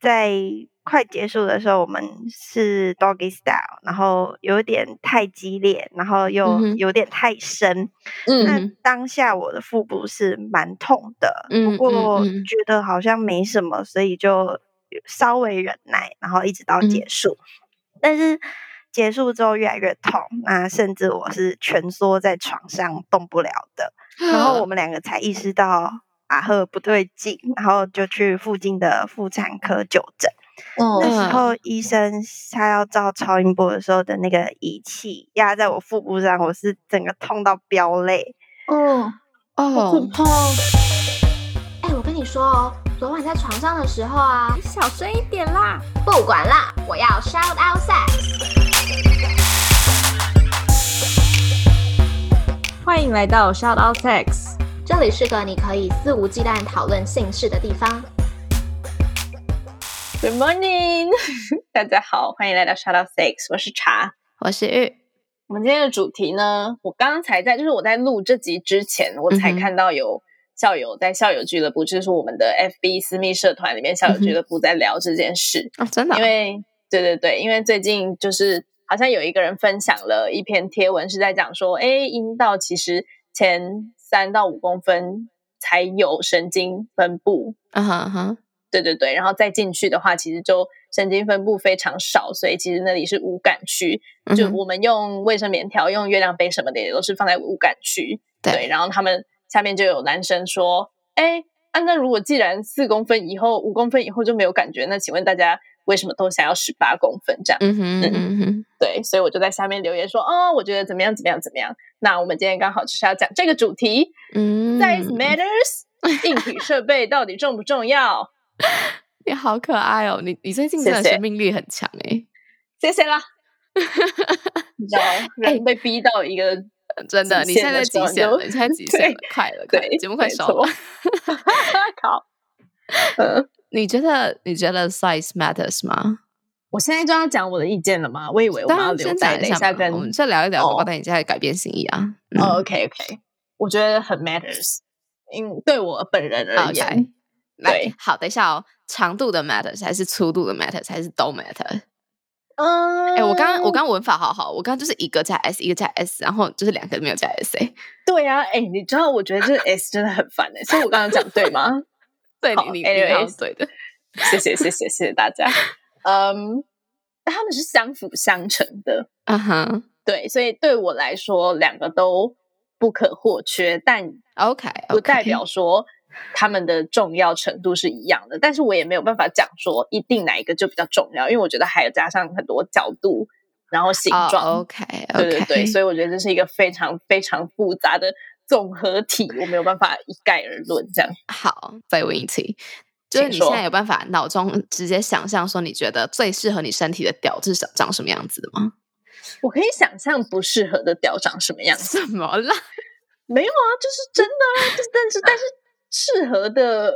在快结束的时候，我们是 doggy style，然后有点太激烈，然后又嗯哼有点太深。那嗯当下我的腹部是蛮痛的，不嗯过嗯嗯觉得好像没什么，所以就稍微忍耐，然后一直到嗯结束。但是结束之后越来越痛，那甚至我是蜷缩在床上动不了的。嗯然后我们两个才意识到阿赫不对劲，然后就去附近的妇产科就诊。那嗯时候医生他要照超音波的时候的那个仪器压在我腹部上，我是整个痛到飙泪。哦，好哦可，怕哦！哎，我跟你说哦，昨晚在床上的时候啊，你小声一点啦！不管啦，我要 shout out sex。欢迎来到 Shout Out Sex，这里是个你可以肆无忌惮讨论性事的地方。 Good morning，大家好，欢迎来到 Shout Out Six，我是茶。我是玉，我们今天的主题呢，我刚才在就是我在录这集之前，我嗯才哼看到有校友在校友俱乐部，就是我们的 FB 私密社团里面校友俱乐部在聊这件事，哦，嗯真的啊因，为对对对，因为最近就是好像有一个人分享了一篇贴文，是在讲说，哎，阴道其实前三到五公分才有神经分布，啊哈哈，对对对，然后再进去的话，其实就神经分布非常少，所以其实那里是无感区。嗯就哼我们用卫生棉条、用月亮杯什么的，也都是放在无感区。对然后他们下面就有男生说：“哎，啊，那如果既然四公分以后、五公分以后就没有感觉，那请问大家为什么都想要十八公分这样？”嗯哼嗯嗯哼，对，所以我就在下面留言说：“哦，我觉得怎么样，怎么样，怎么样。”那我们今天刚好就是要讲这个主题嗯，，size matters，硬体设备到底重不重要？你好可爱哦，你你最近真的谢谢生命力很强哎诶，谢谢啦。 你知道， 哎人被逼到一个、真的，你极现限在的时极候限就了，你现在极限了，快了，快了 对，节目快没收了错。 好，嗯，你觉得你觉得 size matters 吗？我现在就要讲我的意见了吗？我以为我们当要然留先待讲等一一下下跟嘛，我们再聊一聊，哦宝宝，但你现在改变心意啊。嗯哦，OK OK，我觉得很 matters，因对我本人而言 OK，那对好，等一下哦，长度的 matters 还是粗度的 matters 还是都 matter？嗯，哎、我刚刚我刚刚文法好好，我刚刚就是一个加 s，一个加 s，然后就是两个没有加 s 哎、对啊，哎、你知道，我觉得 这个 S 真的很烦哎、所以我刚刚讲对吗？对好你你你好 anyways 对的，谢谢谢谢谢谢大家，嗯，他们是相辅相成的，啊哈对，所以对我来说，两个都不可或缺，但，OK，不代哦表说他们的重要程度是一样的。但是我也没有办法讲说一定哪一个就比较重要，因为我觉得还有加上很多角度，然后形状。 o k 哦 OK，对对对，所以我觉得这是一个非常非常复杂的综合体，我没有办法一概而论这样。好，再问一题，就是你请现说在有办法脑中直接想象说你觉得最适合你身体的屌是长长什么样子的吗？我可以想象不适合的屌长什么样子，什么啦？没有啊，就是真的啊，就是但是但是适合的，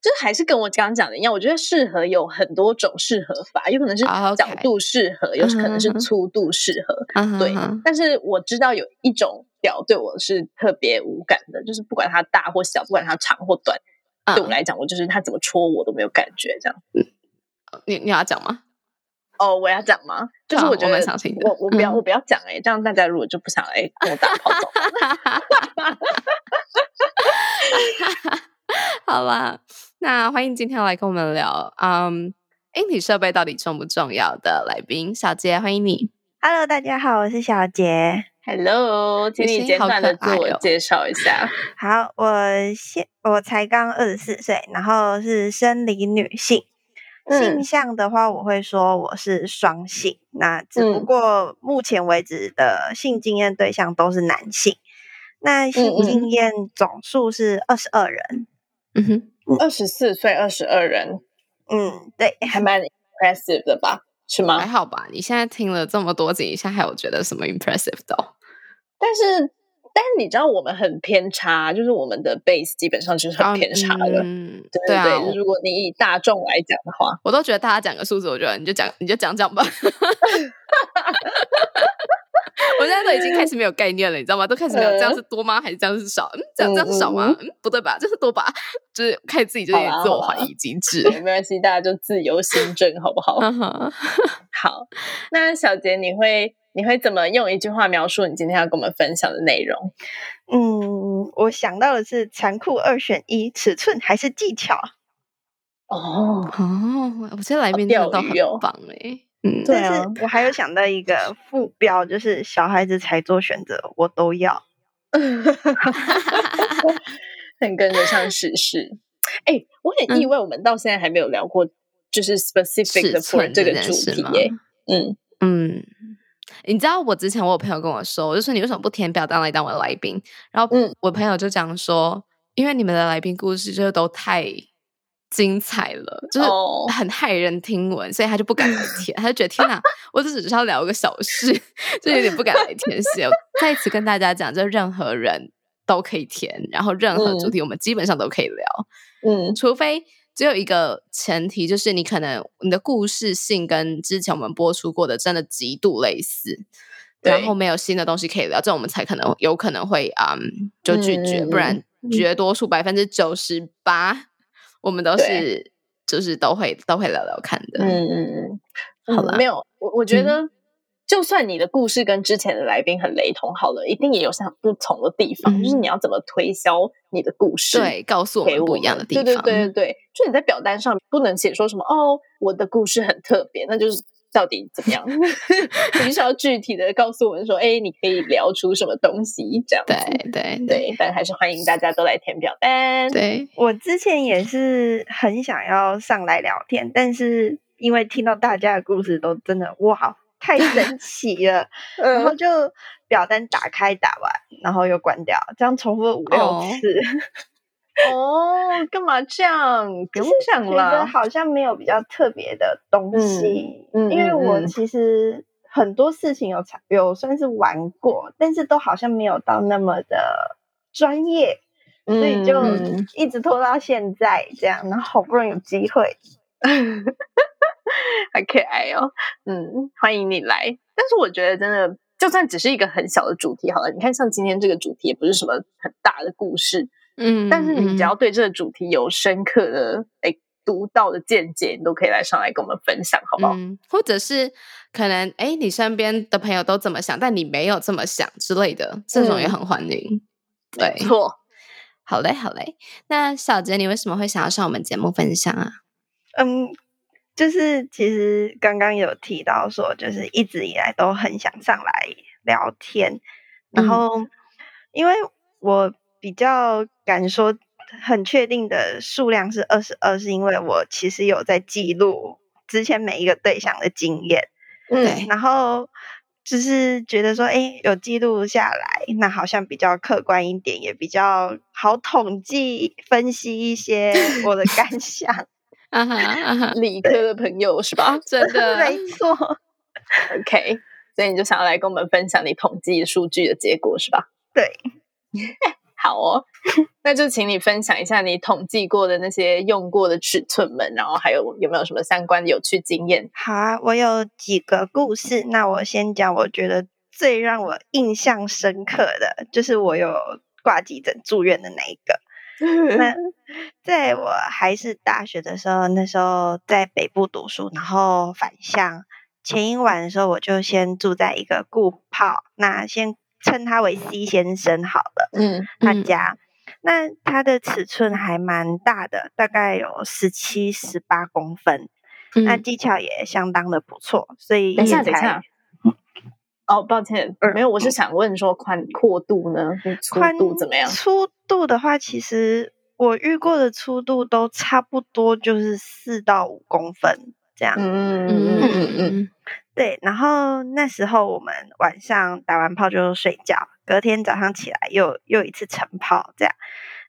就是还是跟我刚刚讲的一样，我觉得适合有很多种适合法，有可能是啊，OK 角度适合，有可能是嗯哼哼粗度适合，啊哈对哈。但是我知道有一种屌对我是特别无感的，就是不管它大或小，不管它长或短，嗯对我来讲，我就是它怎么戳我都没有感觉这样。你你要讲吗？哦，我要讲吗？就是好我觉我得蛮想听的我我不要、嗯我不要讲哎、这样大家如果就不想哎、跟我打炮走。好啦，那欢迎今天来跟我们聊，嗯，硬体设备到底重不重要的来宾小杰，欢迎你。 Hello，大家好，我是小杰。 Hello，请你你声音简好短可的自爱我哦介绍一 下。好，我现我才刚二十四岁，然后是生理女性。性嗯向的话，我会说我是双性，那只不嗯过目前为止的性经验对象都是男性。那性嗯经验总数是二十二人。嗯哼，二十四岁，二十二人，嗯，对，还蛮 impressive 的吧？是还吗？好吧？你现在听了这么多集，你现在还有觉得什么 impressive 的哦、但是，但是你知道我们很偏差，就是我们的 base 基本上就是啊很偏差的。嗯、对对对啊，就我是如果你以大众来讲 的话，我都觉得大 家讲个数字，我觉得你就讲你就讲讲吧。我现在都已经开始没有概念了，你知道吗？都开始没有这嗯样是多吗？还是这样是少？嗯，这样这样是少吗？嗯，不对吧？这是多吧？就是开始自己就有点好啦自我好啊怀啦疑机制。没关系，大家就自由行政，好不好？嗯哼，好，那小杰，你会你会怎么用一句话描述你今天要跟我们分享的内容？嗯，我想到的是残酷二选一，尺寸还是技巧？哦，哦，我觉得来宾真的都钓很鱼哦棒哎、嗯，对但啊是我还有想到一个副标，就是小孩子才做选择，我都要。 很跟得上时事。哎、我很意外，我们到现在还没有聊过，就是 specific 嗯尺的 for 寸这个件主事题吗？耶、嗯，嗯，你知道我之前我有朋友跟我说，我就说你为什么不填表单来当我的来宾？然后嗯我朋友就讲说，因为你们的来宾故事就是都太精彩了，就是哦很骇人听闻，所以他就不敢 来填，他就觉得天哪，我只只是要聊个小事， 就有点不敢来填写。我在此跟大家讲，就任何人都可以填，然后任何主嗯题我们基本上都可以聊。嗯除非只有一个前提，就是你可能你的故事性跟之前我们播出过的真的极度类似，对然后没有新的东西可以聊，这种我们才可能有可能会嗯就拒绝，嗯嗯嗯不然绝多数百分之九十八我们都是就是都会都会聊聊看的。嗯嗯嗯，好嗯嗯啦没有，我我觉得。就算你的故事跟之前的来宾很雷同，好了，一定也有像不同的地方，嗯就是你要怎么推销你的故事，对，告诉我给们我不一样的们地方。对对对对对，就你在表单上不能写说什么哦，我的故事很特别，那就是到底怎么样？ 你就是要具体的告诉我们说，哎，你可以聊出什么东西这样子。对对对对，但还是欢迎大家都来填表单。对我之前也是很想要上来聊天，但是因为听到大家的故事都真的哇，太 神奇了，然后嗯，就表单打开打完，然后又关掉，这样重复了五六哦次， 哦，干嘛这样？不用这样觉得啦。好像没有比较特别的东西，嗯嗯因为我嗯其实很多事情有尝有算是玩过，但是都好像没有到那么的专业，所以就嗯一直拖到现在这样，然后好不容易有机会，好可爱哦。嗯，欢迎你来。但是我觉得真的，就算只是一个很小的主题好了，你看像今天这个主题也不是什么很大的故事，嗯但是你只要嗯对这个主题有深刻的哎独到的见解，你都可以来上来跟我们分享，好不好？嗯，或者是可能哎，诶你身边的朋友都怎么想，但你没有这么想之类的，这种也嗯很欢迎。没对，错，好嘞，好嘞。那小杰，你为什么会想要上我们节目分享啊？嗯，就是其实刚刚有提到说，就是一直以来都很想上来聊天，然嗯后因为我比较敢说很确定的数量是二十二，是因为我其实有在记录之前每一个对象的经验，对，然后就是觉得说，哎，有记录下来，那好像比较客观一点，也比较好统计分析一些我的感想。 啊哈啊哈，理科的朋友是 吧真的， 没错， ？OK，所以你就想要来跟我们分享你统计数据的结果是吧？对， 好哦，那就请你分享一下你统计过的那些用过的尺寸们，然后还有有没有什么相关的有趣经验？好啊，我有几个故事，那我先讲，我觉得最让我印象深刻的就是我有挂急诊住院的那一个。 那在我还是大学的时候，那时候在北部读书，然后返乡。前一晚的时候，我就先住在一个顾炮，那先称他为 C 先生好了。嗯他嗯家。那它的尺寸还蛮大的，大概有十七、十八公分。那嗯技巧也相当的不错，所以等一下，也等一才下。嗯哦，抱歉，没有，我是想问说宽阔度呢，跟粗宽度怎么样？粗度的话，其实我遇过的粗度都差不多，就是四到五公分这样。嗯嗯嗯嗯嗯对，然后那时候我们晚上打完炮就睡觉，隔天早上起来又又一次晨跑这样。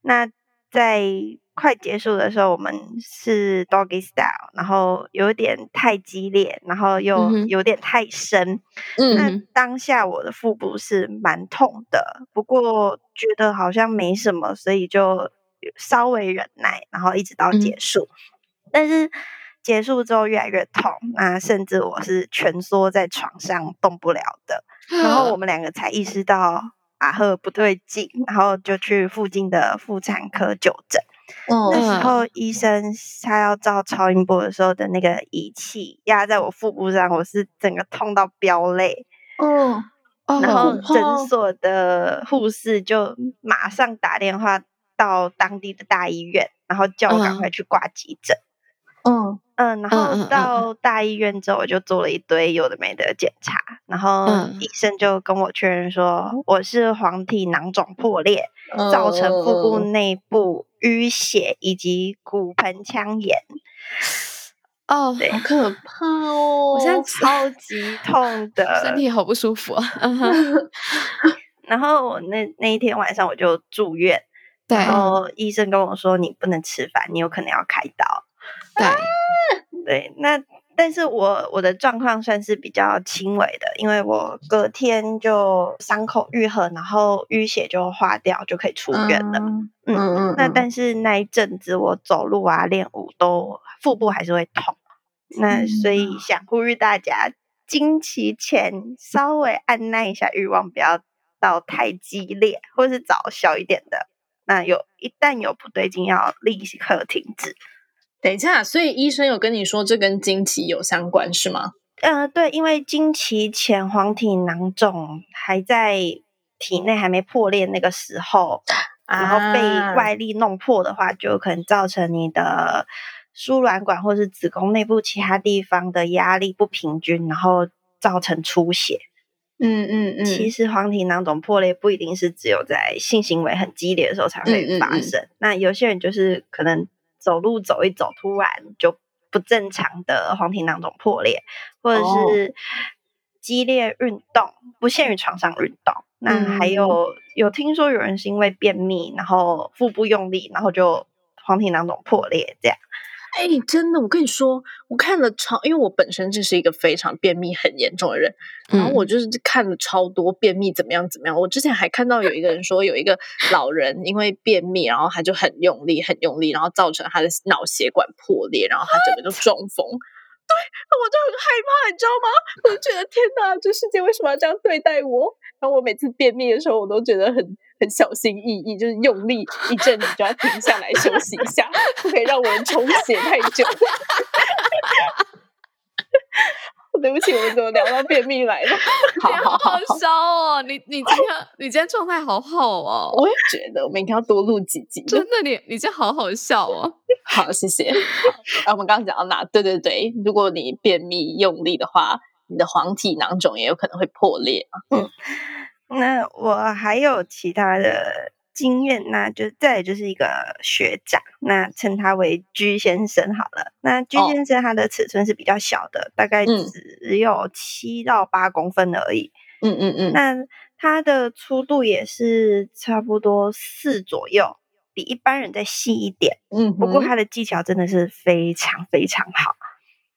那在快结束的时候，我们是 doggy style，然后有点太激烈，然后嗯又哼有点太深。嗯那嗯哼当下我的腹部是蛮痛的，不过觉得好像没什么，所以就稍微忍耐，然后一直到嗯结束。但是结束之后越来越痛，那甚至我是蜷缩在床上动不了的。嗯然后我们两个才意识到阿赫不对劲，然后就去附近的妇产科就诊。哦那嗯，时候医生他要照超音波的时候的那个仪器压在我腹部上，我是整个痛到飙泪。嗯，哦然后哦诊所的护士就马上打电话到当地的大医院，然后叫我赶嗯快去挂急诊。嗯，嗯，然嗯嗯嗯后嗯到大医院之后，我就做了一堆有的没的检查，然后嗯医生就跟我确认说我是黄体囊肿破裂，哦造成腹哦部内部淤血以及骨盆腔炎，哦，对好可怕哦！我现在超级痛的身体好不舒服啊。嗯哼然后我那那一天晚上我就住院，对然后医生跟我说你不能吃饭，你有可能要开刀。对，对，那但是我我的状况算是比较轻微的，因为我隔天就伤口愈合，然后淤血就化掉，就可以出院了。嗯嗯嗯那但是那一阵子我走路啊、练舞都腹部还是会痛，那所嗯以想呼吁大家，经期前稍微按捺一下欲望，不要到太激烈，或是找小一点的。那有一旦有不对劲，要立刻停止。等一下，所以医生有跟你说这跟经期有相关是吗？呃，对，因为经期前黄体囊肿还在体内还没破裂那个时候，然后啊被外力弄破的话，就有可能造成你的输卵管或是子宫内部其他地方的压力不平均，然后造成出血。嗯嗯嗯，其实黄体囊肿破裂不一定是只有在性行为很激烈的时候才嗯嗯会嗯发生，那有些人就是可能走路走一走，突然就不正常的黄体囊肿破裂，或者哦是激烈运动，不限于床上运动。那嗯还有、有听说有人是因为便秘，然后腹部用力，然后就黄体囊肿破裂这样。哎、真的，我跟你说，我看了超，因为我本身就是一个非常便秘很严重的人，然后我就是看了超多便秘怎么样怎么样。我之前还看到有一个人说，有一个老人因为便秘，然后他就很用力，很用力，然后造成他的脑血管破裂，然后他整个就中风。对，我就很害怕，你知道吗？ 我就觉得天哪，这世界为什么要这样对待我？然后我每次便秘的时候，我都觉得很很小心翼翼，就是用力一阵子就要停下来休息一下，不可以让我们充血太久。 对不起，我们怎么聊到便秘来了？好你好好好好，笑哦！你你今天你今天状态好好哦， 我也觉得我们应该要多录几集。真的你你今天好好笑哦。好，谢谢。啊，我们刚刚讲到哪？对对对，如果你便秘用力的话，你的黄体囊肿也有可能会破裂。那我还有其他的经验，那就再来就是一个学长，那称他为居先生好了。那居哦先生他的尺寸是比较小的，大概嗯只有七到八公分而已。嗯嗯嗯，那它的粗度也是差不多四左右，比一般人再细一点。嗯哼，不过他的技巧真的是非常非常好。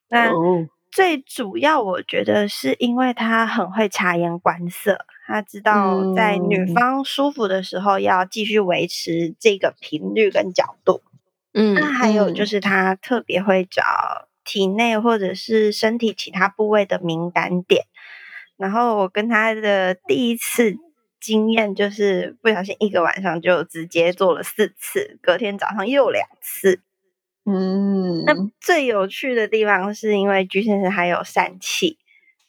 那哦最主要，我觉得是因为他很会察言观色，他知道在嗯女方舒服的时候要继续维持这个频率跟角度。嗯那还有就嗯是他特别会找体内或者是身体其他部位的敏感点。然后我跟他的第一次经验就是不小心一个晚上就直接做了四次，隔天早上又两次。嗯，那最有趣的地方是因为居先生还有疝气，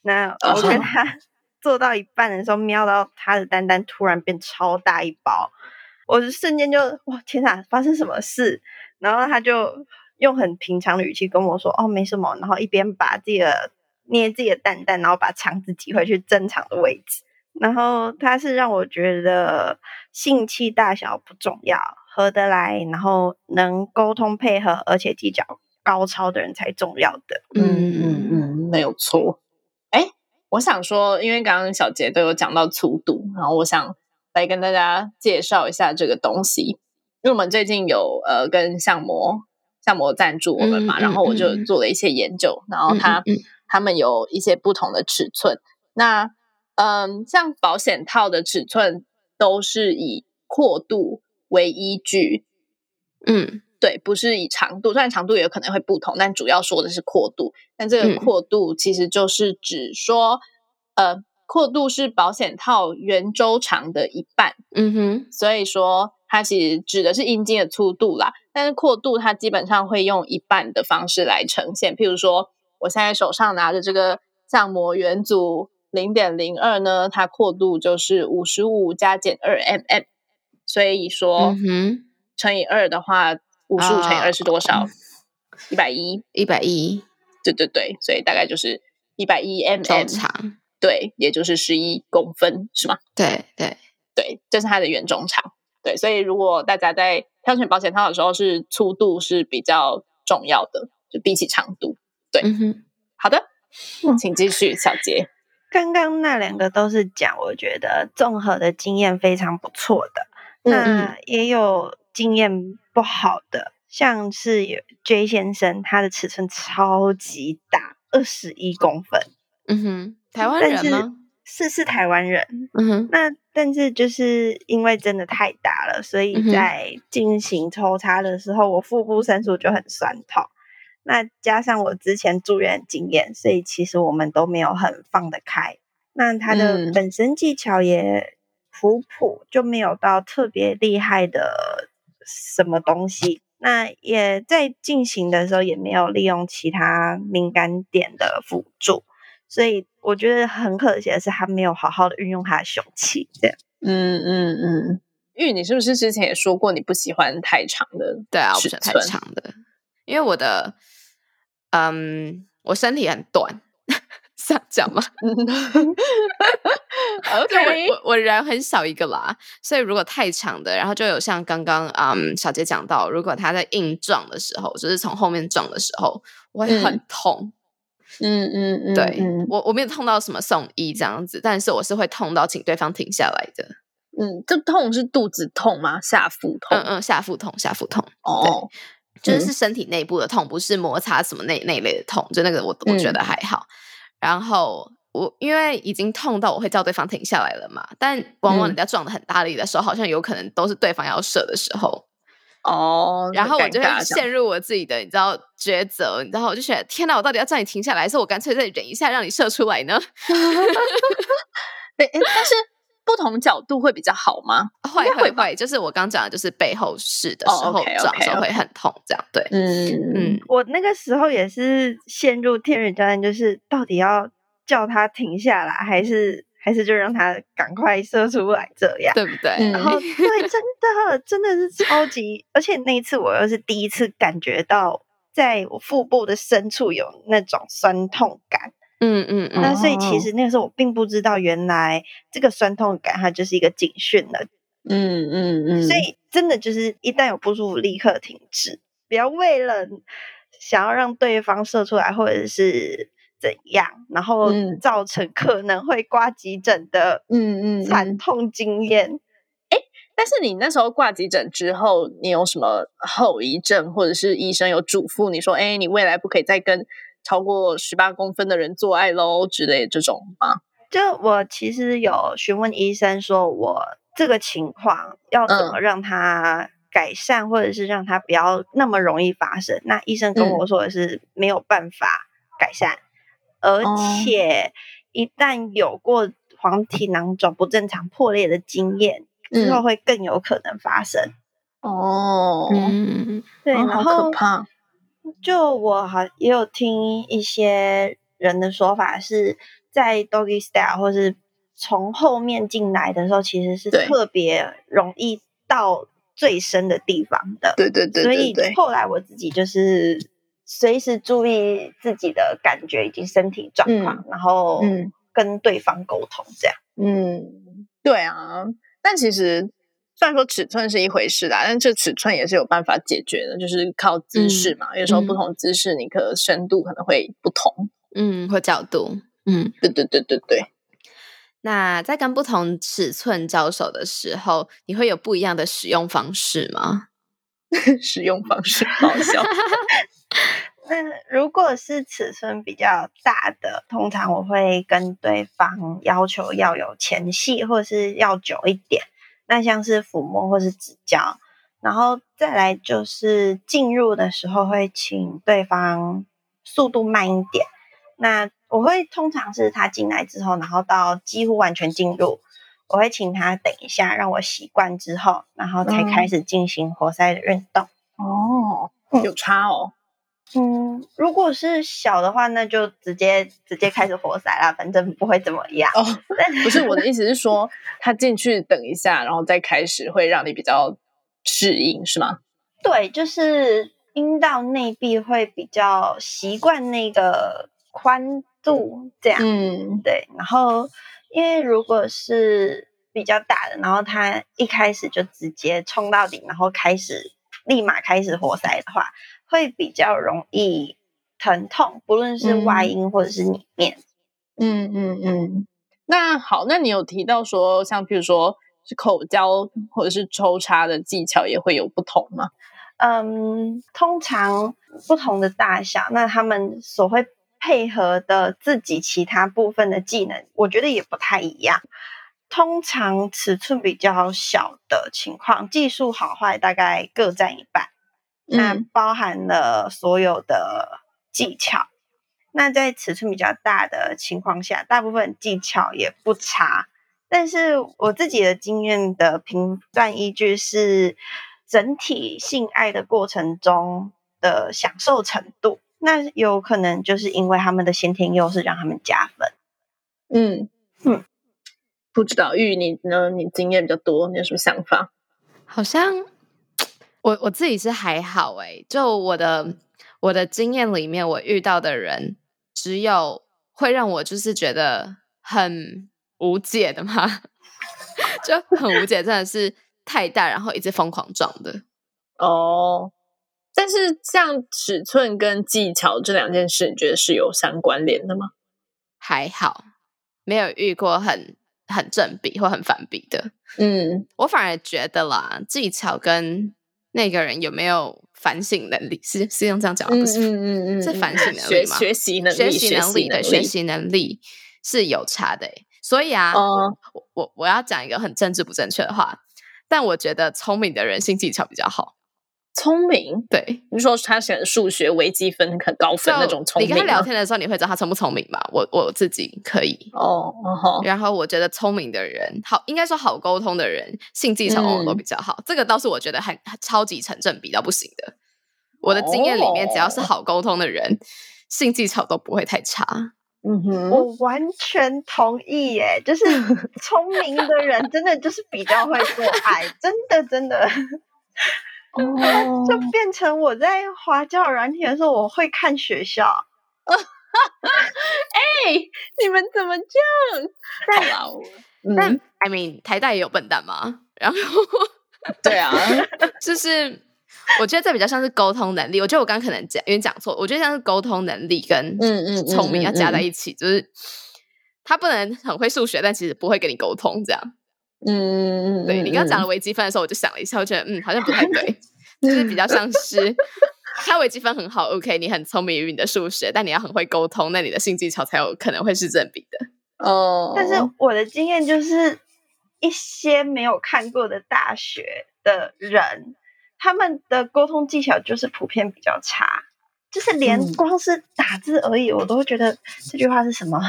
那我跟哦他 做到一半的时候，瞄到他的丹丹突然变超大一包，我就瞬间就哇天哪，发生什么事？然后他就用很平常的语气跟我说：“哦，没什么。”然后一边把自己的捏自己的蛋蛋，然后把肠子挤回去正常的位置。然后他是让我觉得性器大小不重要，合得来，然后能沟通配合，而且技巧高超的人才重要的。嗯嗯，嗯，没有错。哎，我想说，因为刚刚小杰都有讲到粗度，然后我想来跟大家介绍一下这个东西，因为我们最近有呃跟相模相模赞助我们嗯嘛，嗯然后我就嗯嗯做了一些研究，然后他、嗯嗯嗯他们有一些不同的尺寸，那嗯，像保险套的尺寸都是以阔度为依据，嗯对，不是以长度，虽然长度也有可能会不同，但主要说的是阔度。但这嗯个阔度其实就是指说，呃，阔度是保险套圆周长的一半，嗯哼，所以说它其实指的是阴茎的粗度啦。但是阔度它基本上会用一半的方式来呈现，譬如说我现在手上拿着这个相模元组零点零二呢，它阔度就是五十五加减二 mm，所以说嗯哼，乘以二的话，五十五乘以啊二是多少？一百一，一百一对对对，所以大概就是一百一 mm 周长，对，也就是十一公分，是吗？对对，对，这是它的原中长。对，所以如果大家在挑选保险套的时候，是粗度是比较重要的，就比起长度。对嗯哼，好的，请继续，小杰。刚刚那两个都是讲，我觉得综合的经验非常不错的，嗯那也有经验不好的，像是有 J 先生，他的尺寸超级大，二十一公分，嗯哼，台湾但人是吗？是是台湾人。嗯哼，那但是就是因为真的太大了，所以嗯哼在进行抽插的时候，我腹部深处就很酸痛。那加上我之前住院的经验，所以其实我们都没有很放得开。那他的嗯本身技巧也普普，就没有到特别厉害的什么东西。那也在进行的时候也没有利用其他敏感点的辅助，所以我觉得很可惜的是，他没有好好的运用他的雄器。这样，嗯嗯嗯，玉，你是不是之前也说过你不喜欢太长 的？对啊，我不尺喜欢太寸长的，因为我的，嗯，我身体很短， 是这样 讲吗？就 OK，我我我人很小一个啦，所以如果太长的，然后就有像刚刚嗯小杰讲到，如果他在硬撞的时候，就是从后面撞的时候，我会很嗯痛。嗯嗯嗯，对、嗯我我没有痛到什么送医这样子，但是我是会痛到请对方停下来的。嗯，这痛是肚子痛吗？下腹痛？嗯嗯，下腹痛，下腹痛。哦，就是嗯是身体内部的痛，不是摩擦什么那那一类的痛，就那个我我觉嗯得还好。然后我因为已经痛到我会叫对方停下来了嘛，但往往人嗯家撞的很大力的时候，好像有可能都是对方要射的时候，哦，然后我很就尴尬会这样陷入我自己的你知道抉择，你知道我就觉得天哪，我到底要叫你停下来，还是我干脆再忍一下让你射出来 呢？对，诶但是不同角度会比较好吗？会应该会吧会，就是我刚讲的，就是背后试的时哦候，OK，OK，撞的时候会 OK 很痛，这样对，嗯嗯嗯我那个时候也是陷入天人交战，就是到底要叫他停下来，还是还是就让他赶快射出来这样。对不对？嗯然后哦对，真的真的是超级，而且那一次我又是第一次感觉到，在我腹部的深处有那种酸痛感。嗯嗯嗯那所以其哦实那个时候我并不知道，原来这个酸痛感它就是一个警讯了。嗯嗯嗯，所以真的就是一旦有不舒服，立刻停止，不要为了想要让对方射出来或者是怎样，然后嗯造成可能会挂急诊的嗯嗯惨嗯痛经验。但是你那时候挂急诊之后，你有什么后遗症，或者是医生有嘱咐你说，哎，你未来不可以再跟超过十八公分的人做爱喽之类这种吗？就我其实有询问医生，说我这个情况要怎嗯么让它改善，或者是让它不要那么容易发生。那医生跟嗯我说的是没有办法改善，而哦且一旦有过黄体囊肿不正常破裂的经验，之后嗯会更有可能发生。哦，嗯对，哦然好可后怕。就我好也有听一些人的说法是，在 doggy style 或是从后面进来的时候，其实是对特别容易到最深的地方的。对对对所对以对，后来我自己就是随时注意自己的感觉以及身体状况，然后嗯跟对方沟通这样。嗯，对啊。但其实虽然说尺寸是一回事啦，但这尺寸也是有办法解决的，就是靠姿势嘛。有时候不嗯同姿势，你可深度可能会不同。嗯，或角度，嗯。对对对对对， 那在跟不同尺寸交手的时候，你会有不一样的使用方式吗？使用方式好笑。那如果是尺寸比较大的，通常我会跟对方要求要有前戏，或是要久一点。那像是抚摸或是指教，然后再来就是进入的时候会请对方速度慢一点。那我会通常是他进来之后，然后到几乎完全进入，我会请他等一下，让我习惯之后，然后才开始进行活塞的运动。哦，有差哦。嗯，如果是小的话，那就直接直接开始活塞啦，反正不会怎么样。哦，不是我的意思是说，他进去等一下，然后再开始，会让你比较适应，是吗？对，就是阴道内壁会比较习惯那个宽度这样。嗯，对，然后因为如果是比较大的，然后他一开始就直接冲到底，然后开始立马开始活塞的话，会比较容易疼痛，不论是外嗯阴或者是里面。嗯嗯嗯，那好，那你有提到说，像譬如说是口交或者是抽插的技巧也会有不同吗？嗯，通常不同的大小，那他们所会配合的自己其他部分的技能，我觉得也不太一样。通常尺寸比较小的情况，技术好坏大概各占一半，那嗯包含了所有的技巧。那在尺寸比较大的情况下，大部分技巧也不差。但是我自己的经验的评断依据是整体性爱的过程中的享受程度。那有可能就是因为他们的先天优势让他们加分。嗯嗯，不知道玉你呢？你经验比较多，你有什么想法？好像我我自己是还好诶、就我的我的经验里面，我遇到的人只有会让我就是觉得很无解的嘛， 就很无解，真的是太大，然后一直疯狂撞的。哦，但是像尺寸跟技巧这两件事，你觉得是有相关联的吗？还好，没有遇过很很正比或很反比的。嗯，我反而觉得啦，技巧跟那个人有没有反省能力，是是用这样讲吗？不是，嗯是反省能学力吗？学习能力，学习能力能对学习能力是有差的欸。所以啊，哦我我我要讲一个很政治不正确的话，但我觉得聪明的人性技巧比较好。聪明。对，你说他选数学微积分很高分那就种聪你明吗，跟他聊天的时候，你会知道他聪不聪明吧？我我自己可以。哦哦吼然后我觉得聪明的人，好应该说好沟通的人，性技巧往往都嗯比较好。这个倒是我觉得很超级成正比到不行的。我的经验里面，只要是哦好沟通的人，性技巧都不会太差。嗯哼，我完全同意耶，就是聪明的人真的就是比较会做爱，真的真的哦就 变成我在花教软体的时候，我会看学校。哎，你们怎么这样？好啦，我但嗯， I mean，台大也有笨蛋嘛。然后对啊，就是，我觉得这比较像是沟通能力。我觉得我刚刚可能讲有点讲错，我觉得像是沟通能力跟嗯嗯嗯聪明要加在起，一起，就是他不能很会数学，但其实不会跟你沟通这样。嗯嗯嗯，对你刚刚讲嗯了微积分的时候，我就想了一下，我觉得嗯，好像不太对， 就是比较像是他微积分很好，OK，你很聪明于你的数学，但你要很会沟通，那你的性技巧才有可能会是正比的。哦，但是我的经验就是，一些没有看过的大学的人，他们的沟通技巧就是普遍比较差，就是连嗯光是打字而已，我都会觉得这句话是什么？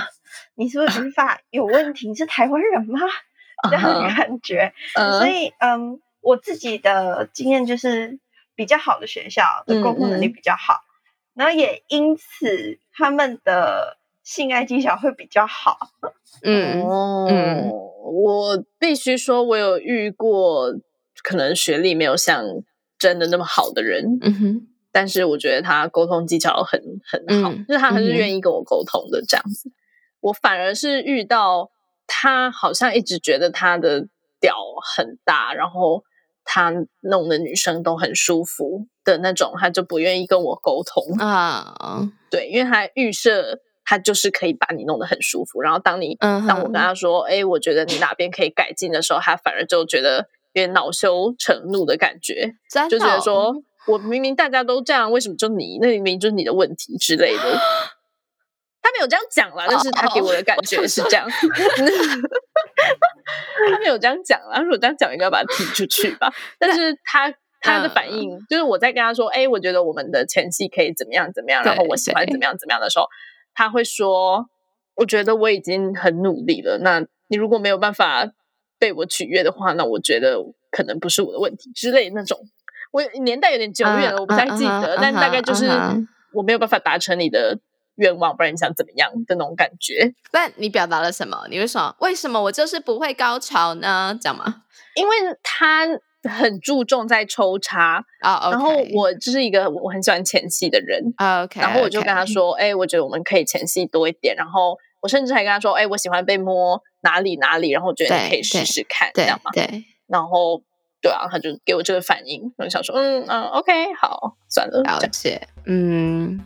你是不 是语法有问题？你是台湾人吗？这样的嗯感觉。嗯所以，嗯，我自己的经验就是，比较好的学校的沟通能力嗯嗯比较好，然后也因此他们的性爱技巧会比较好。嗯，哦，嗯我必须说，我有遇过可能学历没有像真的那么好的人，嗯哼，但是我觉得他沟通技巧很很好，嗯就是他还是嗯哼愿意跟我沟通的这样子。我反而是遇到他，好像一直觉得他的屌很大，然后他弄的女生都很舒服的那种，他就不愿意跟我沟通。啊，对，因为他预设他就是可以把你弄得很舒服，然后当你、嗯哼当我跟他说，哎，我觉得你哪边可以改进的时候，他反而就觉得有点恼羞成怒的感觉，真的就觉哦得说我明明大家都这样，为什么就你？那明明就是你的问题之类的。他没有这样讲啦，但是他给我的感哦觉是这样。 他没有这样讲啦，如果这样讲，应该把他踢出去吧。但是他他的嗯反应，就是我在跟他说，哎、我觉得我们的前戏可以怎么样怎么样，然后对我喜欢对怎么样怎么样的时候，他会说，我觉得我已经很努力了，那你如果没有办法被我取悦的话，那我觉得可能不是我的问题之类的那种。我年代有点久远了，嗯我不太记嗯得，哼但大概嗯哼就是嗯哼我没有办法达成你的愿望，不然你想怎么样的那种感觉。但你表达了什么？你会说为什么我就是不会高潮呢？这样吗？因为他很注重在抽插，哦，OK、o k 然后我就是一个我很喜欢前戏的人， OK，然后我就跟他说，哎、我觉得我们可以前戏多一点，然后我甚至还跟他说，哎、我喜欢被摸哪里哪里，然后我觉得你对可以试对试看，这对样嘛。对，然后对啊，他就给我这个反应，我就想说，嗯嗯，OK，好，算了，了这样解，嗯，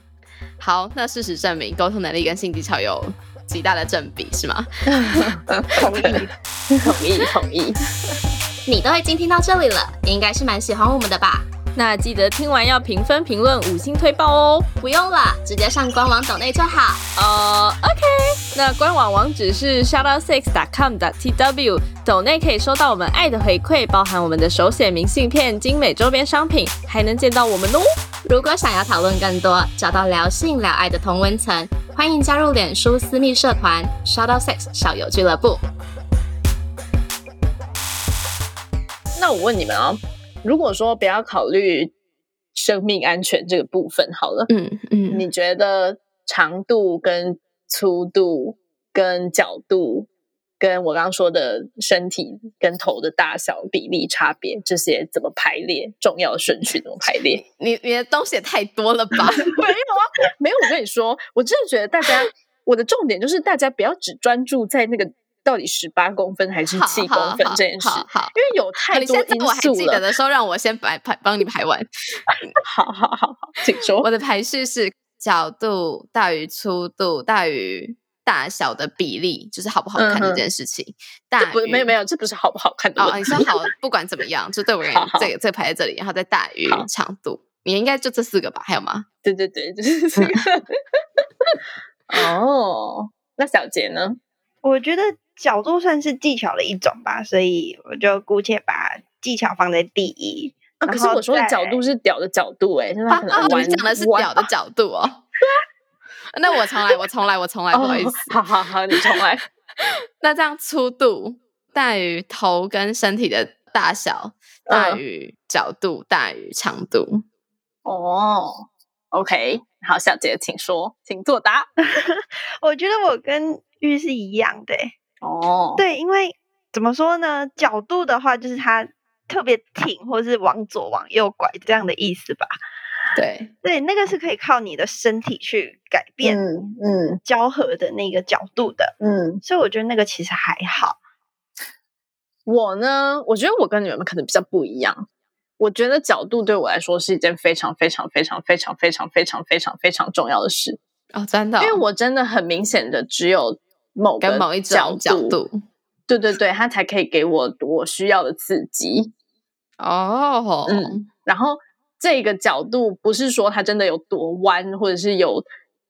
好，那事实证明，沟通能力跟性技巧有极大的正比，是吗？同意，嗯 同意，同意。你都已经听到这里了，你应该是蛮喜欢我们的吧？那记得听完要评分、评论、五星推爆哦。不用了，直接上官网抖内就好。呃，OK，那官网网址是 shoutoutsix.com.tw，抖内可以收到我们爱的回馈，包含我们的手写明信片、精美周边商品，还能见到我们哦。如果想要讨论更多，找到聊性聊爱的同温层，欢迎加入脸书私密社团 Shout Out Sex 少友俱乐部。那我问你们啊，如果说不要考虑生命安全这个部分好了，嗯嗯，你觉得长度跟粗度跟角度，跟我刚刚说的身体跟头的大小比例差别，这些怎么排列？重要的顺序怎么排列？你你的东西也太多了吧？ 没有啊，没有。我跟你说，我真的觉得大家，我的重点就是大家不要只专注在那个到底十八公分还是好七好公分好这件事，好好。因为有好太你多现在因我还记素得了。的时候，让我先排排帮你排完。好好好好，请说。我的排序是角度大于粗度大于大小的比例，就是好不好看嗯哼这件事情。这大不于没有没有，这不是好不好看的 哦，问你题。说好，不管怎么样，就对我而言好好，这个这个排在这里，然后再大于好长度，你应该就这四个吧？还有吗？对对对，就是 这个。哦，那小杰哦呢？我觉得角度算是技巧的一种吧，所以我就姑且把技巧放在第一。啊，然可是后我说的再角度是屌的角度、欸，哎，就是啊他可能啊，玩你讲的是玩屌的角度哦。 那我重来，我重来，我重来，不好意思哦。好好好，你重来。那这样粗度大于头跟身体的大小，大嗯于角度，大于长度。哦，OK，好，小杰，请说，请作答。我觉得我跟玉是一样的欸、哦，对，因为怎么说呢，角度的话就是它特别挺，或是往左往右拐这样的意思吧。对，对，那个是可以靠你的身体去改变嗯嗯交合的那个角度的，嗯，所以我觉得那个其实还好。我呢，我觉得我跟你们可能比较不一样。我觉得角度对我来说是一件非常非常非常非常非常非常非常非常重要的事，哦，真的哦、因为我真的很明显的只有某个跟某一种角度。对对对，它才可以给我我需要的刺激。哦，嗯然后这个角度不是说它真的有多弯，或者是有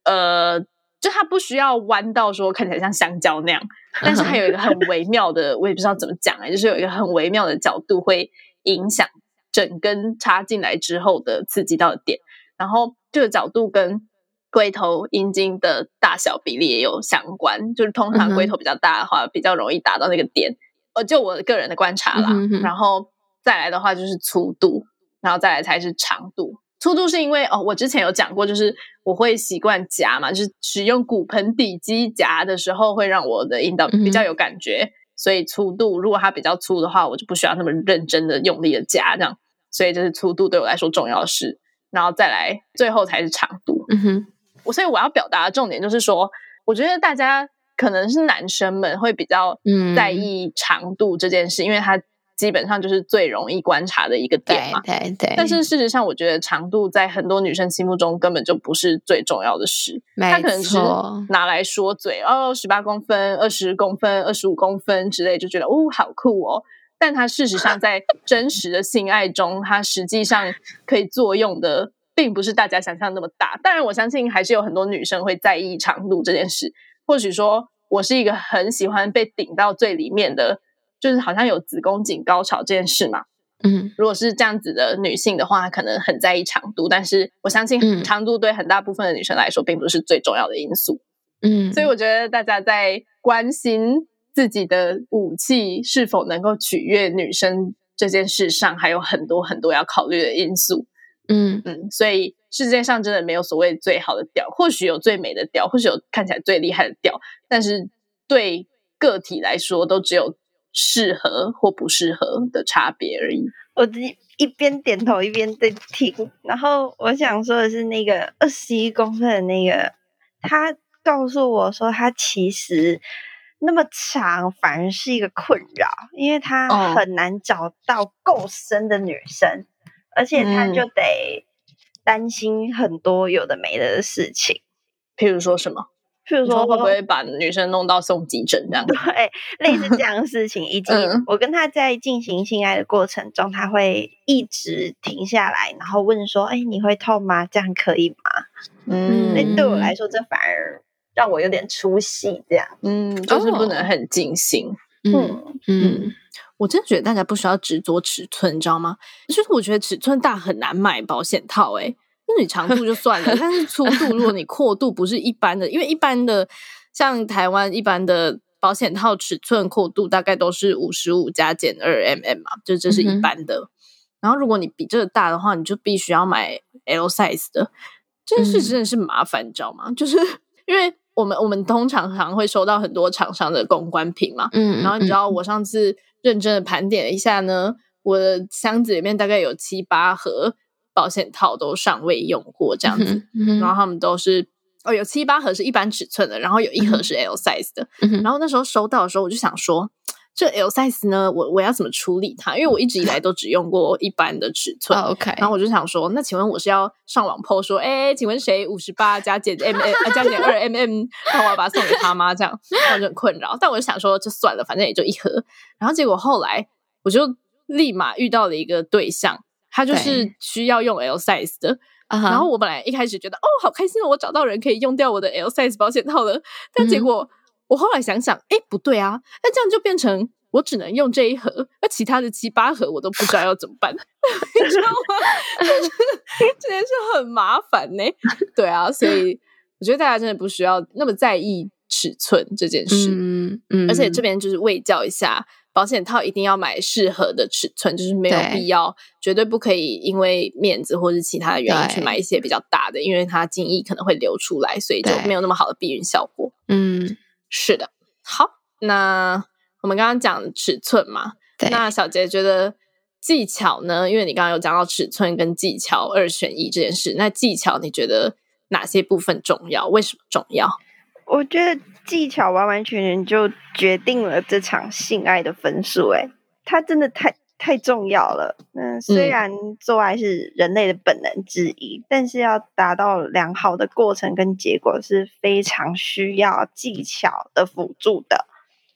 呃，就它不需要弯到说看起来像香蕉 那样，但是它有一个很微妙的，我也不知道怎么讲哎、就是有一个很微妙的角度会影响整根插进来之后的刺激到的点。然后这个角度跟龟头阴茎的大小比例也有相关，就是通嗯常哼龟头比较大的话，比较容易达到那个点。呃，就我个人的观察啦，嗯哼哼然后再来的话就是粗度，然后再来才是长度。粗度是因为哦，我之前有讲过，就是我会习惯夹嘛，就是使用骨盆底肌夹的时候，会让我的阴道嗯哼比较有感觉。所以粗度如果它比较粗的话，我就不需要那么认真的用力的夹这样。所以这是粗度对我来说重要的事，然后再来最后才是长度。嗯哼，我所以我要表达的重点就是说，我觉得大家可能是男生们会比较嗯在意长度这件事，因为它基本上就是最容易观察的一个点对嘛。对对。但是事实上，我觉得长度在很多女生心目中根本就不是最重要的事，没它可能只是错，拿来说嘴哦，十八公分、二十公分、二十五公分之类，就觉得哦，好酷哦。但它事实上在真实的性爱中，它实际上可以作用的，并不是大家想象那么大。当然，我相信还是有很多女生会在意长度这件事。或许说我是一个很喜欢被顶到最里面的，就是好像有子宫颈高潮这件事嘛。嗯如果是这样子的女性的话，她可能很在意长度，但是我相嗯信长度对很大部分的女生来说，并不是最重要的因素。嗯，所以我觉得大家在关心自己的武器是否能够取悦女生这件事上，还有很多很多要考虑的因素。嗯嗯，所以世界上真的没有所谓最好的屌，或许有最美的屌，或许有看起来最厉害的屌，但是对个体来说，都只有适合或不适合的差别而已。我自己一边点头一边在听。然后我想说的是，那个二十一公分的那个，他告诉我说，他其实那么长反而是一个困扰，因为他哦很难找到够深的女生，而且他嗯就得担心很多有的没的的事情，譬如说什么，譬如你说说会不会把女生弄到送急诊这样？对，类 似这样的事情，以及嗯我跟他在进行性爱的过程中，他会一直停下来，然后问说：“哎，你会痛吗？这样可以吗？”嗯那、嗯对我来说，这反而让我有点出戏。这样，嗯，就是不哦能很尽兴。嗯嗯，嗯我真的觉得大家不需要执着尺寸，你知道吗？就是我觉得尺寸大很难买保险套、欸，诶，那你长度就算了，但是粗度，如果你阔度不是一般的，因为一般的像台湾一般的保险套尺寸阔度大概都是五十五加减二 mm 嘛，就这是嗯一哼般的。然后如果你比这个大的话，你就必须要买 L size 的，这件事嗯真的是麻烦，你知道吗？就是 因为我们我们通常常会收到很多厂商的公关品嘛，嗯，然后你知道我上次认真的盘点了一下呢，我的箱子里面大概有七八盒保险套都尚未用过这这样子，，然后然后他们都是哦有七八盒是一般尺寸的，然后有嗯一盒是 L size 的，然后那时候收到的时候我就想说。这 L size 呢，我我要怎么处理它？因为我一直以来都只用过一般的尺寸，哦 OK，然后我就想说，那请问我是要上网 PO 说，哎，请问谁五十八加减 mm 啊加减二 mm，那我要把它送给他吗？这样，那我就很困扰。但我就想说，就算了，反正也就一盒。然后结果后来我就立马遇到了一个对象，他就是对需要用 L size 的。然然后我本来一开始觉得，哦，好开心哦，我找到人可以用掉我的 L size 保险套了。但结嗯果、我后来想想，哎，不对啊，那这样就变成。我只能用这一盒，那其他的七八盒我都不知道要怎么办。你知道吗？ 就是这件事很麻烦呢、对啊，所以我觉得大家真的不需要那么在意尺寸这件事。嗯嗯，而且这边就是卫教一下，保险套一定要买适合的尺寸，就是没有对必要，绝对不可以因为面子或是其他的原因对去买一些比较大的，因为它精液可能会流出来，所以就对没有那么好的避孕效果。嗯是的，好，那我们刚刚讲尺寸嘛，对，那小杰觉得技巧呢？因为你刚刚有讲到尺寸跟技巧二选一这件事，那技巧你觉得哪些部分重要？为什么重要？我觉得技巧完完全全就决定了这场性爱的分数、欸。诶，它真的太太重要了。嗯，虽嗯然做爱是人类的本能之一，但是要达到良好的过程跟结果是非常需要技巧的辅助的。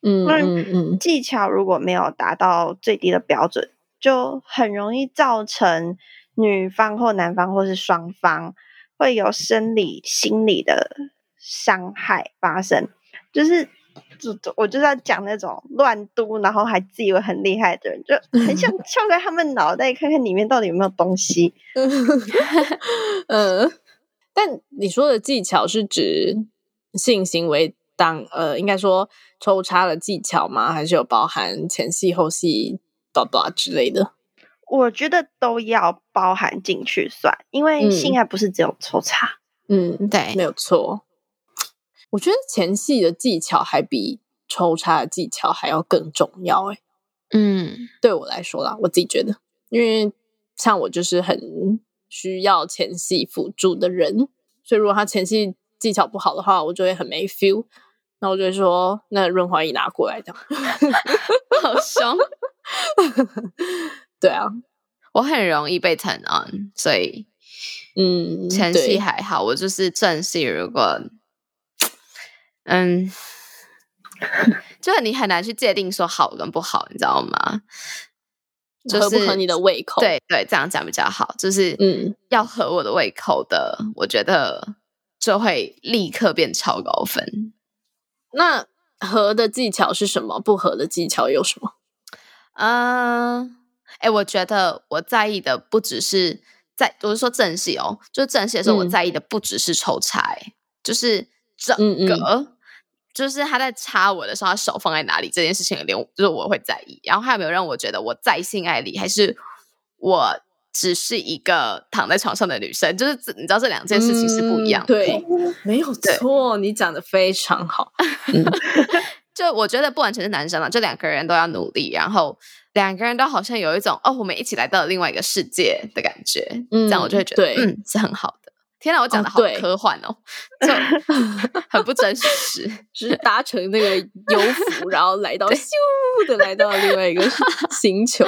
嗯那嗯嗯技巧如果没有达到最低的标准，就很容易造成女方或男方或是双方会有生理、心理的伤害发生。就是，就我就是要讲那种乱嘟，然后还自以为很厉害的人，就很想撬开他们脑袋，看看里面到底有没有东西。 嗯，但你说的技巧是指性行为当呃，应该说抽插的技巧吗？还是有包含前戏、后戏、blah blah 之类的？我觉得都要包含进去算，因为嗯性爱不是只有抽查。嗯，对没有错。我觉得前戏的技巧还比抽插的技巧还要更重要欸诶、 嗯对我来说啦，我自己觉得，因为像我就是很需要前戏辅助的人，所以如果他前戏技巧不好的话，我就会很没 feel。那我就会说，那润滑液拿过来的。好凶，对啊，我很容易被 turn on，所以嗯，前对戏还好，我就是正戏如果嗯。 就是你很难去界定说好跟不好，你知道吗？就合不合是你的胃口？，对对，这样讲比较好，就是嗯要合我的胃口的，我觉得就会立刻变超高分。那合的技巧是什么？不合的技巧有什么？嗯，哎，我觉得我在意的不只是在，我是说正戏哦，就是正戏的时候，我嗯在意的不只是抽插、欸，就是整嗯嗯个，就是他在插我的时候，他手放在哪里这件事情，连我就是我会在意。然后还有没有让我觉得我在性爱里，还是我只是一个躺在床上的女生？就是这你知道这两件事情是不一样的。嗯对，哦没有错，你讲的非常好。 就我觉得不完全是男生嘛，就两个人都要努力，然后两个人都好像有一种哦，我们一起来到了另外一个世界的感觉，嗯这样我就会觉得对嗯是很好的。天哪，我讲的好对科幻哦， 就很不真 实。只是搭乘那个游浮，然后来到咻的来到另外一个 星球。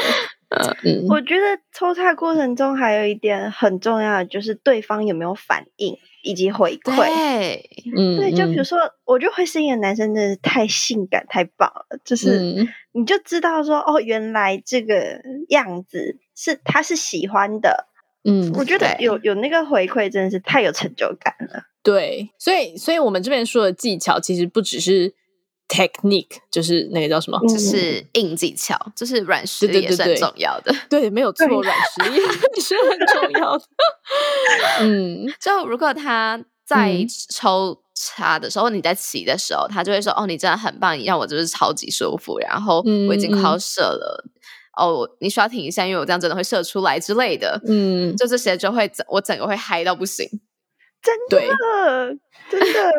嗯，我觉得抽插过程中还有一点很重要的，就是对方有没有反应以及回馈。对，嗯，对，就比如嗯说，我就会吸引的男生真的是太性感、太棒了，就是、嗯你就知道说，哦，原来这个样子是他是喜欢的。嗯，我觉得对有有那个回馈，真的是太有成就感了。对，所以所以我们这边说的技巧其实不只是 technique，就是那个叫什么？嗯就是硬技巧，就是软实力对对也是对很对重要的。 对，没有错，软实力 也是很重 要的。嗯，就如果他在嗯抽插的时候，你在骑的时候，他就会说：“哦，你真的很棒，你让我就是超级舒服，然后我已经嗯快要射了，哦，你需要停一下，因为我这样真的会射出来之类的。”嗯就这些就会整我整个会嗨到不行。 对，呃，真的，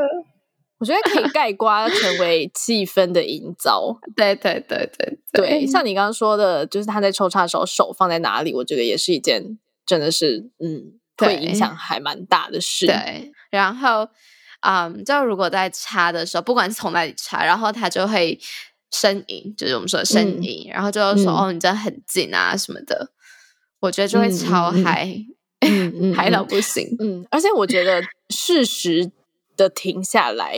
我觉得可以盖瓜成为气氛的营造。对对对对对，像你刚刚说的，就是他在抽插的时候手放在哪里，我觉得也是一件真的是嗯，对会影响还蛮大的事。对，然后，嗯，就如果在插的时候，不管是从哪里插，然后他就会呻吟，就是我们说的呻嗯吟，然后就会说、嗯哦，你真的很紧啊什么的，我觉得就会嗯嗯超嗯嗨， 嗯嗯嗨到嗯不行。嗯，而且我觉得适时的停下来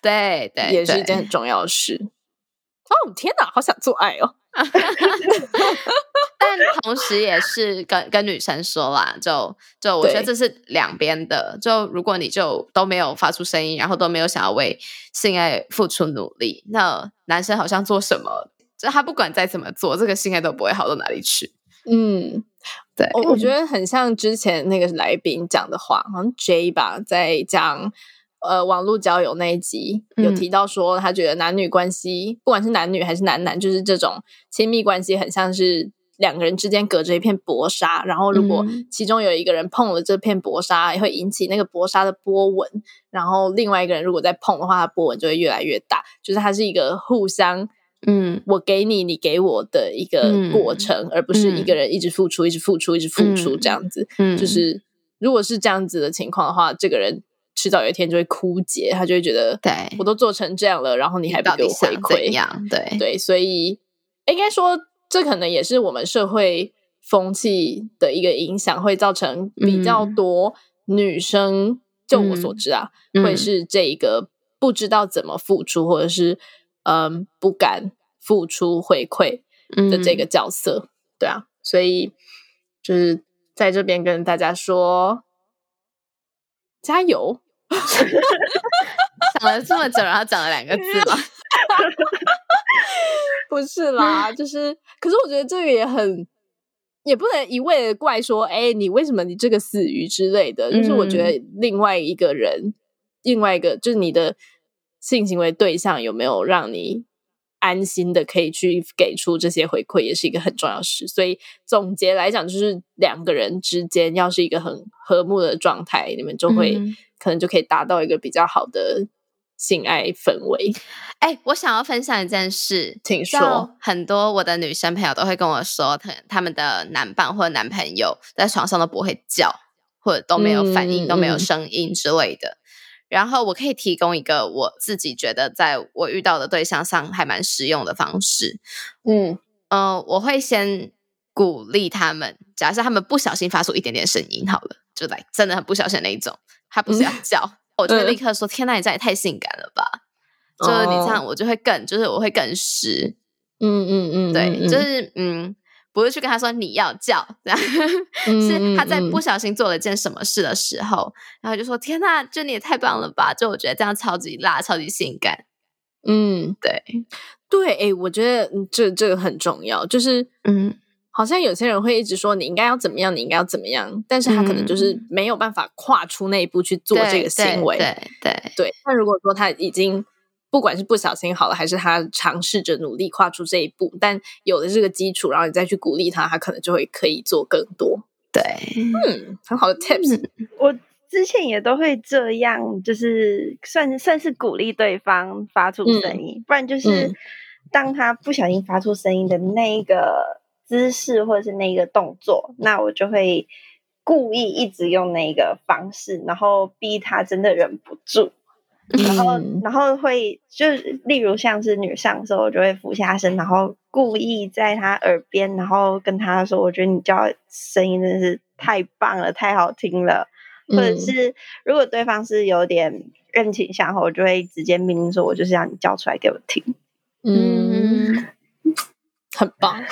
对对，也是对一件很重要的事。哦天哪，好想做爱哦！但同时也是跟跟女生说啦，就就我觉得对这是两边的。就如果你就都没有发出声音，然后都没有想要为性爱付出努力，那男生好像做什么，就他不管再怎么做，这个性爱都不会好到哪里去。嗯，对我我觉得很像之前那个来宾讲的话，好像 J 吧，在讲呃网络交友那一集有嗯提到说，他觉得男女关系，不管是男女还是男男，就是这种亲密关系，很像是两个人之间隔着一片薄纱，然后如果嗯其中有一个人碰了这片薄纱，也会引起那个薄纱的波纹，然后另外一个人如果再碰的话，它波纹就会越来越大，就是它是一个互相。嗯，我给你，你给我的一个嗯过程，而不是一个人一直付出、一直付出、一直付出嗯这样子。嗯就是如果是这样子的情况的话，这个人迟早有一天就会枯竭，他就会觉得，对我都做成这样了，然后你还不到给底我回想怎馈，样？对对，所以应该说，这可能也是我们社会风气的一个影响，会造成比较嗯多女生，就我所嗯知啊，嗯会是这一个不知道怎么付出，或者是嗯不敢付出回馈嗯的这个角色，对啊，所以就是在这边跟大家说，加油！想了这么久，然后讲了两个 字嘛，不是啦，就是，可是我觉得这个也很，也不能一味的怪说，哎、你为什么你这个死鱼之类的。就是我嗯觉得另外一个人，另外一个就是你的性行为对象有没有让你安心的可以去给出这些回馈，也是一个很重要的事。所以总结来讲，就是两个人之间要是一个很和睦的状态，你们就会、嗯可能就可以达到一个比较好的性爱氛围。哎、我想要分享一件事，请就说很多我的女生朋友都会跟我说，他他们的男伴或男朋友在床上都不会叫，或者都没有反应，嗯都没有嗯声音之类的。然后我可以提供一个我自己觉得在我遇到的对象上还蛮实用的方式。嗯嗯、我会先鼓励他们，假设他们不小心发出一点点声音，好了，就来真的很不小心的那一种，他不是嗯要叫，我就会立刻说：“天呐，你这样也太性感了吧！”就是你这哦样，我就会更，就是我会更湿。嗯嗯嗯，对，嗯就嗯是嗯，不是去跟他说你要叫，这样嗯是他在嗯嗯不小心做了一件什么事的时候，然后就说：“天呐，就你也太棒了吧！”就我觉得这样超级辣，超级性感。嗯，对，对，哎、我觉得嗯这这个很重要，就是嗯，好像有些人会一直说你应该要怎么样，你应该要怎么样，但是他可能就是没有办法跨出那一步去做这个行为。嗯对对对，那如果说他已经不管是不小心好了，还是他尝试着努力跨出这一步，但有了这个基础，然后你再去鼓励他，他可能就会可以做更多。对对，嗯，很好的 tips。我之前也都会这样，就是算是算是鼓励对方发出声音，不然就是嗯当他不小心发出声音的那一个姿势或者是那一个动作，那我就会故意一直用那一个方式，然后逼他真的忍不住。然后嗯，然后会就是，例如像是女上司，我就会俯下身，然后故意在她耳边，然后跟她说：“我觉得你叫声音真是太棒了，太好听了。”或者嗯是如果对方是有点认情向后，我就会直接命令说：“我就是要你叫出来给我听。嗯，嗯。很棒。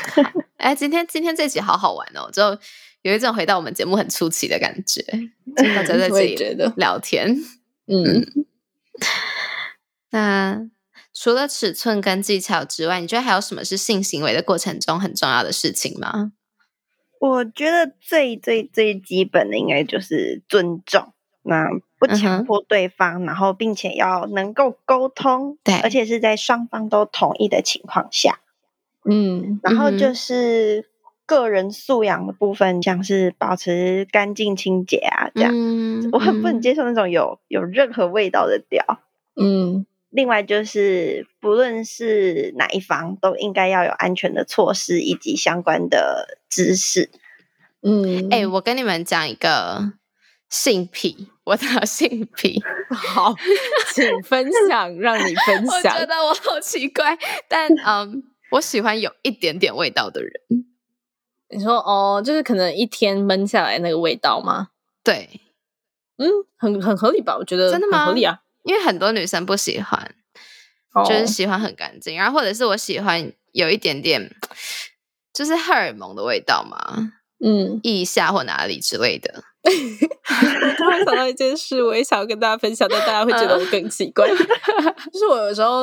哎，今天今天这集好好玩哦，就有一种回到我们节目很初期的感 觉，就大嗯家在这我也里觉得聊天。嗯，那除了尺寸跟技巧之外，你觉得还有什么是性行为的过程中很重要的事情吗？”我觉得最最最基本的应该就是尊重，那不嗯哼强迫对方，然后并且要能够沟通，对而且是在双方都同意的情况下。嗯然后嗯就哼是个人素养的部分，像是保持干净清洁啊，这样、嗯我很不能嗯接受那种有有任何味道的屌。嗯另外就是，不论是哪一方，都应该要有安全的措施以及相关的知识。嗯，哎、我跟你们讲一个性癖，我的 性癖，好， 请分享，让你分我享觉。得我好奇怪， 但嗯，我喜欢有一点点味道的人。你说哦，就是可能一天闷下来那个味道吗？对，嗯，很很合理吧？我觉得真的吗很合理啊。因为很多女生不喜欢，哦就是喜欢很干净，然后或者是我喜欢有一点点，就是荷尔蒙的味道嘛，嗯， 腋下或哪里之类的。我突然想到一件事，我也想要跟大家分享，但大家会觉得我更奇怪。嗯 就是我有时候，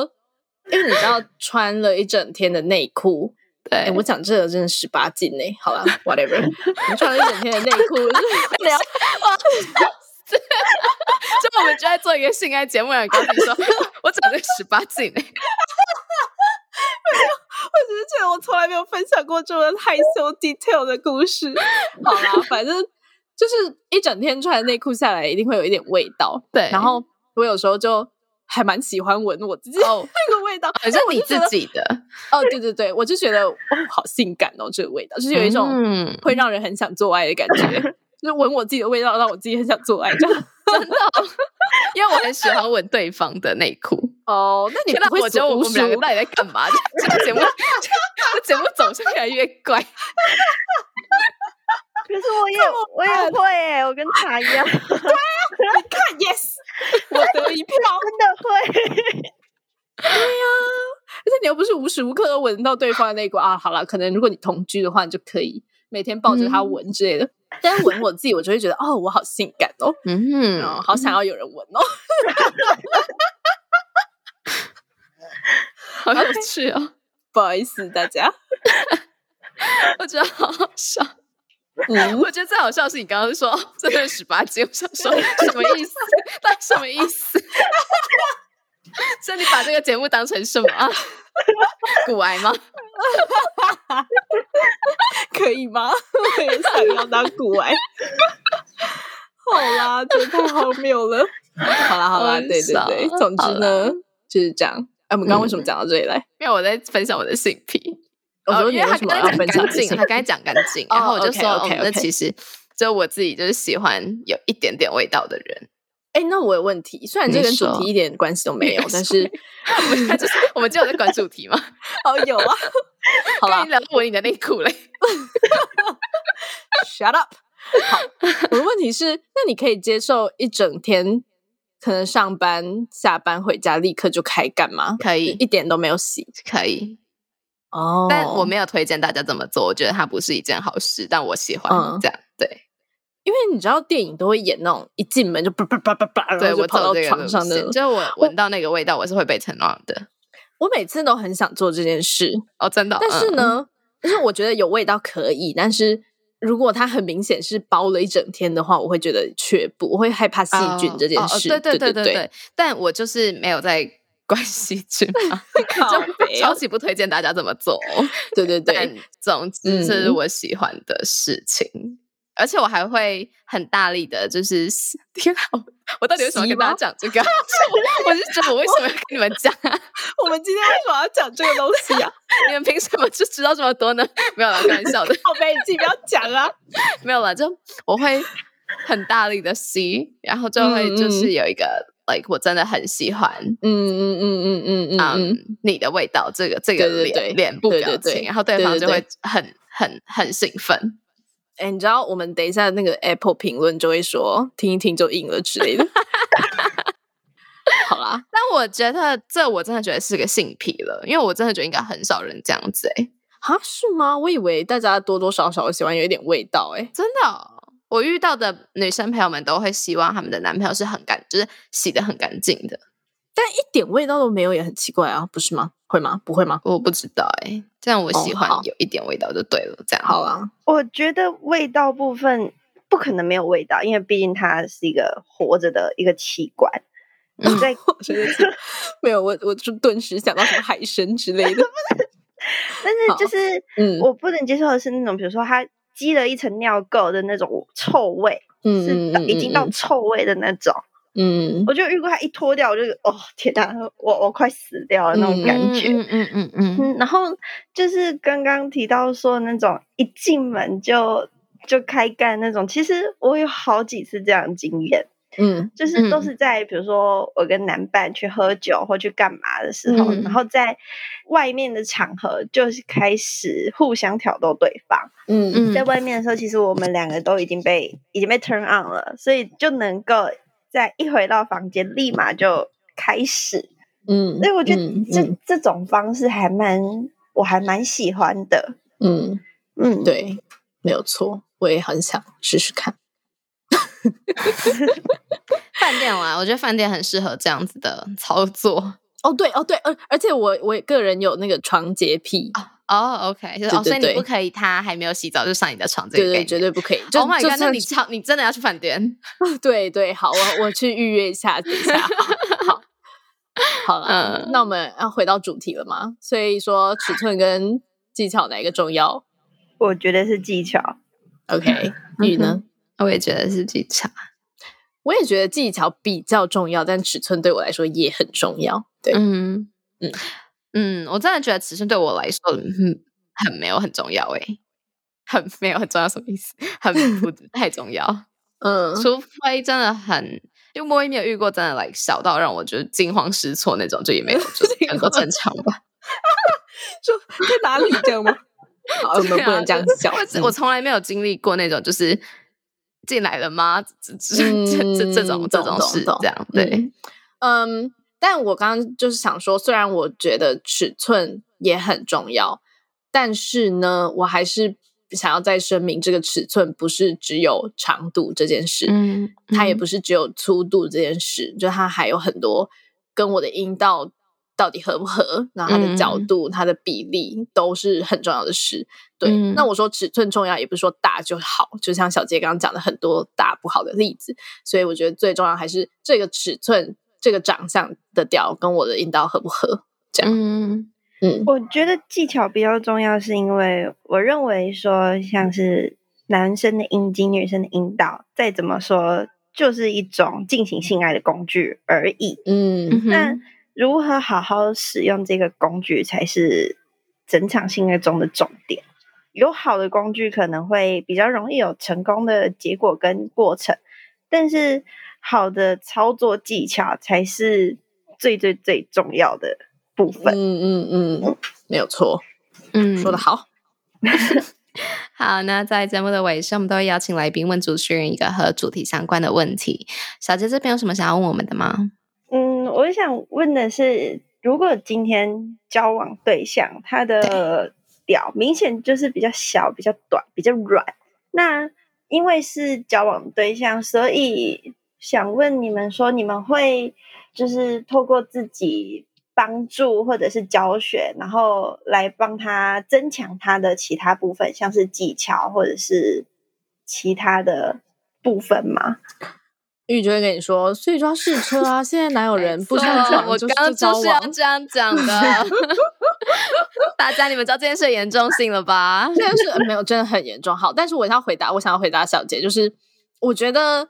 因为你知道，穿了一整天的内裤，哎、对，我讲这个真的十八禁哎、好 啦 w h a t e v e r 你穿了一整天的内裤，就是聊就我们就在做一个性爱节目，然后跟你说， 我长得十八禁欸，我只是觉得我从来没有分享过这么害羞 detail 的故事。好啦，反正就是一整天穿的内裤下来，一定会有一点味道。对然后我有时候就还蛮喜欢闻我自 己哦 那个味道，好像我你就觉自得己的，哦，对对对，我就觉得哦，好性感哦，这个味道就是有一种嗯，会让人很想做爱的感 觉，就是闻我自己的味道，让我自己很想做爱这样。 因为我很喜欢闻对方的内 裤。 哦，那你天哪不会我觉得我无们两个数到底在干嘛？这这个 节目，这节目走向越来越怪。可是我也我也会、欸，我跟茶一 样，真的 看 yes，我得 一票。会。 而且你又不是无时无刻都闻到对方的那股啊。好了，可能如果你同居的话，你就可以每天抱着他闻之类的。但是闻我自己，我就会觉得哦，我好性感哦， 嗯然后好想要有人闻哦。 好有趣哦，不好意思，大家。 我觉得好好笑。嗯，我觉得最好笑的是你刚刚说哦真的十八禁，我想说什么意思？那什么意思？ 所以你把这个节目当成什么啊？ 古癌吗？可以吗？ 我也想要当古玩。好啦，这太荒谬了。好啦，好啦，很对对少对，总之好呢就是这样。哎、我们刚刚为什么讲到这里来？因为我在分享我的性癖，我哦说你因为为他什刚么才要讲分享干这些净，他刚才讲干 净，然后我就说，哦哦，OK，OK，OK 那其实就我自己就是喜欢有一点点味道的人， 哎、那我有问题，虽然这你跟主说题一点关系都没有你，但说是我们他就是我们今天有在管主题吗？ 哦 有啊，好刚啦才聊到闻你的内裤嘞， ，shut up。好，我的问题是，那你可以接受一整天，可能上班、下班回家立刻就开干吗？可以一点都没有洗可以，哦 但我没有推荐大家这么做，我觉得它不是一件好事，但我喜欢嗯这样，对因为你知道电影都会演那种一进门就叭叭叭叭叭，然对，后就我跑走到这个床路上的线，。就是我闻到那个味道，我是会被承诺的。我每次都很想做这件事，哦，真的哦，但是嗯，呢，就是我觉得有味道可以，但是如果它很明显是包了一整天的话，我会觉得却步，我会害怕细菌这件哦哦事。哦对对对对对，但我就是没有在 关细 菌嘛，靠就北哦超级不推荐大家这么做。 哦对对对但，总之这是嗯我喜欢的事情，而且我还会很大力的，就是 天啊，我我到底为什么要洗跟大家吗讲这 个？啊我就觉得我为什么要跟你们讲啊？我们今天为什么要讲这个东西啊？你们凭什么就知道这么多呢？没有啦，开玩笑的，靠北，你自己不要讲啊！没有啦，就我会很大力的吸，然后就会就嗯嗯是有一个 like 我真的很喜欢。嗯嗯嗯嗯嗯嗯嗯，嗯，你的味道，这个这个对对脸对脸部对表对对情，然后对对方对就对会很很很兴奋。哎、你知道我们等一下那个 Apple 评论就会说听一听就硬了之类的。好啦，但我觉得这我真的觉得是个性癖了，因为我真的觉得应该很少人这样子哎、啊是吗？我以为大家多多少少喜欢有一点味道、欸，哎，真的哦、我遇到的女生朋友们都会希望她们的男朋友是很干，就是洗的很干净的。但一点味道都没有也很奇怪啊，不是吗？会吗？不会吗？我不知道哎、这样我喜欢哦好有一点味道就对了，这样好啊啦，我觉得味道部分不可能没有味道，因为毕竟它是一个活着的一个器 官。你在我觉得没有，我我就顿时想到什么海参之类的。但是就是嗯我不能接受的是那种，比如说它积了一层尿垢的那种臭味，是嗯到嗯，已经到嗯臭味的那种。嗯我就遇过它一脱掉，我就哦天哪，我我快死掉了那种感觉。嗯嗯嗯嗯嗯，嗯，然后就是刚刚提到说那种一进门就就开干那种，其实我有好几次这样的经验，嗯就是都嗯是在比如说我跟男伴去喝酒或去干嘛的时候，嗯然后在外面的场合就是开始互相挑逗对方。嗯嗯嗯在外面的时候，其实我们两个都已经被已经被 turn on 了，所以就能够在一回到房间立马就开始。嗯，所以我觉得嗯这、嗯这种方式还蛮我还蛮喜欢的。嗯嗯，对，没有错，我也很想试试看。饭店啦，我觉得饭店很适合这样子的操作。哦，对，哦，对，而而且我我个人有那个床洁癖，哦、o k 就是哦，对所以对你不可以，他还没有洗澡就上你的床，这对个概对，念绝对不可以。就 oh my 就 god！那算你是超你真的要去饭店？对对，好，我我去预约一下，等一下，好，好了，嗯，那我们要回到主题了吗？所以说尺寸跟技巧哪一个重嗯要我觉得是技巧。 ？OK，你呢？我也觉得是技巧。我也觉得技巧比较重要，但尺寸对我来说也很重要。对，嗯嗯嗯，我真的觉得尺寸对我来说，嗯，很没有很重要诶、很没有很重要什么意思？很 不太重要，嗯， 除非真的很。因为我也没有遇过真的 like 小到让我觉得惊慌失措那种，就也没有，就很多正常吧。说在哪里 这样吗？好，我们不能这样笑。啊嗯我只我从来没有经历过那种就是进来了吗？这这这这这种嗯这懂种懂事懂这样对嗯，嗯，但我刚刚就是想说，虽然我觉得尺寸也很重要，但是呢，我还是想要再声明，这个尺寸不是只有长度这件事，嗯，它也嗯不是只有粗度这件事，就它还有很多跟我的阴道到底合不合，然后它的角嗯度、它的比例都是很重要的事。对，嗯那我说尺寸重要，也不是说大就好，就像小杰刚刚讲的很多大不好的例子，所以我觉得最重要还是这个尺寸、这个长相的屌跟我的阴道合不合。这样嗯。嗯我觉得技巧比较重要，是因为我认为说像是男生的阴茎、女生的阴道，再怎么说就是一种进行性爱的工具而已。嗯嗯哼那如何好好使用这个工具，才是整场性爱中的重点。有好的工具，可能会比较容易有成功的结果跟过程，但是好的操作技巧才是最最最重要的部嗯分。嗯嗯，没有错，嗯，说的好。好，那在节目的尾声，我们都会邀请来宾问主持人一个和主题相关的问题。小杰这边有什么想要问我们的吗？嗯，我想问的是，如果今天交往对象他的屌明显就是比较小、比较短、比较软，那因为是交往对象，所以想问你们说，你们会就是透过自己帮助或者是教学，然后来帮他增强他的其他部分，像是技巧或者是其他的部分吗？玉就会跟你说，所以就要试车啊！现在哪有人不错上床我就刚刚交就是要往？这样讲 的。大家，你们知道这件事的严重性了吧？这件事呃没有真的很严重。好，但是我要回答，我想要回答小杰，就是我觉得，